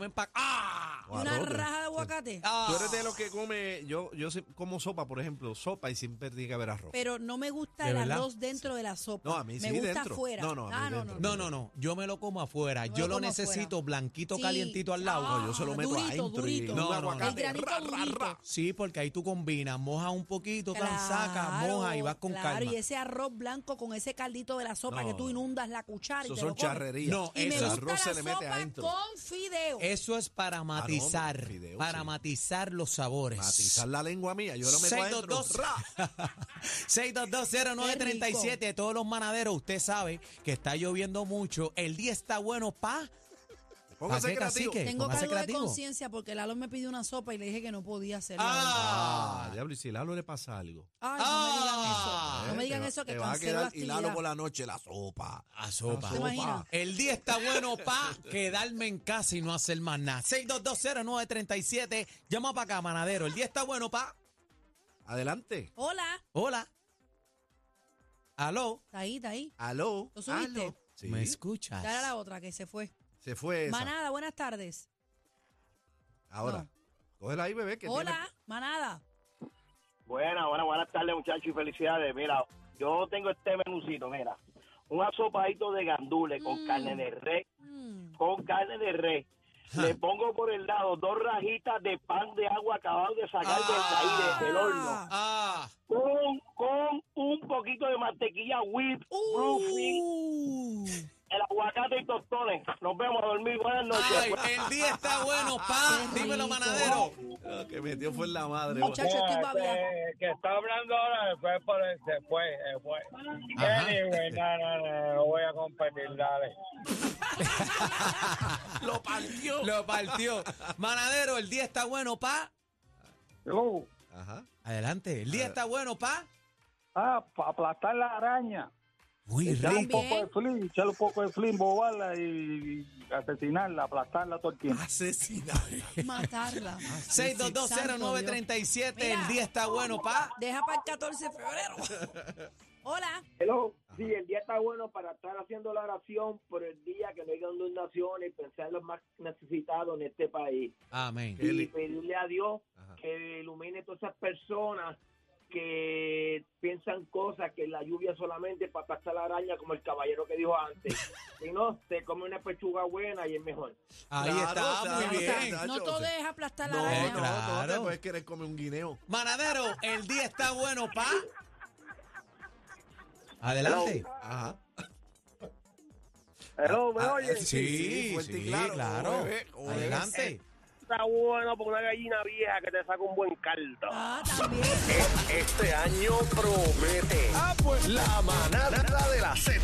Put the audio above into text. Me empaca- ¡Ah! Una raja de aguacate. Ah. Tú eres de los que come, yo, yo sí como sopa, por ejemplo, sopa y siempre tiene que haber arroz. Pero no me gusta ¿De el verdad? arroz dentro de la sopa. No, a mí sí, Me gusta dentro. afuera. No, no, a mí Ah, dentro. No, no, no. Yo me lo como afuera. Yo yo lo lo como necesito afuera. blanquito, Sí. calientito al lado. Ah, yo se lo meto durito, adentro y- durito. un No, no, no. El aguacate. granito Ra, ra, durito. ra. Sí, porque ahí tú combinas, mojas un poquito, tan saca, Claro, moja y vas con claro, calma. y ese arroz blanco con ese caldito de la sopa No. que tú inundas la cuchara y Eso te son lo comes. charrerías. No, Y me eso. gusta arroz la se le mete sopa adentro. con fideo. Eso es para matizar, Ah, fideo, para sí. matizar los sabores. Matizar la lengua mía, yo lo meto adentro. 622. Ra. 6220937, todos los manaderos, usted sabe que está lloviendo mucho, el día está bueno, pa. Póngase ¿Pa qué, creativo. cacique? Tengo póngase cargo creativo. de conciencia porque Lalo me pidió una sopa y le dije que no podía hacerla. Ah, Ah, diablo, y si Lalo le pasa algo. Eh, Ay, Ah. no me digan eso. No me digan Te va- eso que te va a cancelo quedar la y Lalo actividad. por la noche la sopa. a sopa. ¿Te imaginas? El día está bueno pa quedarme en casa y no hacer más nada. 6220937, llama para acá, manadero. El día está bueno pa. Adelante. Hola, Hola. Aló. está ahí, está ahí. Aló. ¿Lo subiste? Aló. Sí. ¿Me escuchas? Dale a la otra que se fue. Se fue esa. Manada, buenas tardes. Ahora. No. Cógela ahí, bebé. Que Hola, tiene- manada. Buenas, buenas, buenas tardes, muchachos, y felicidades. Mira, yo tengo este menucito, mira. Un asopadito de gandules con Mm. carne de res, Mm, con carne de res. Le pongo por el lado dos rajitas de pan de agua acabado de sacar del, Ah. ahí, de- del horno. Ah. Con, con un poquito de mantequilla whip, proofing, Uh. el aguacate y tostones. Nos vemos a dormir. Buenas noches. Ay, el día está bueno pa. Qué Dímelo, rico. manadero. Lo que metió fue en la madre. Muchacho, estoy babeando. Eh, que está hablando ahora se fue por el- se fue, se fue. Ajá. Anyway, no, no, no, no voy a competir, dale. Lo partió. Lo partió. Manadero, el día está bueno, pa. Ajá. Adelante, el día está bueno, pa. ah, para aplastar la araña. Muy También. rico. flim, echarle un poco de flim, bobarla y asesinarla, aplastarla todo el tiempo. Asesinado. Matarla. 6220937, el Mira. día está bueno, pa. Deja para el 14 de febrero. Hola. Hello. Sí, el día está bueno para estar haciendo la oración por el día que no hay inundaciones y pensar en los más necesitados en este país. Amén. Qué Y li- pedirle a Dios Ajá. que ilumine todas esas personas que piensan cosas que la lluvia solamente para pasar la araña, como el caballero que dijo antes. si no, se come una pechuga buena y es mejor. Ahí Claro, está, ah, claro, muy claro. bien. No todo es aplastar la No, araña. no, no, Claro. te puedes querer comer un guineo. Manadero, el día está bueno, pa. Adelante. Ajá. Hello, Ah, oye? Sí, fuerte y sí, claro. claro. Como bebé, como bebé. Adelante. Está bueno por una gallina vieja que te saca un buen caldo. Ah, también. Este año promete. Ah, pues. La manada de la Z.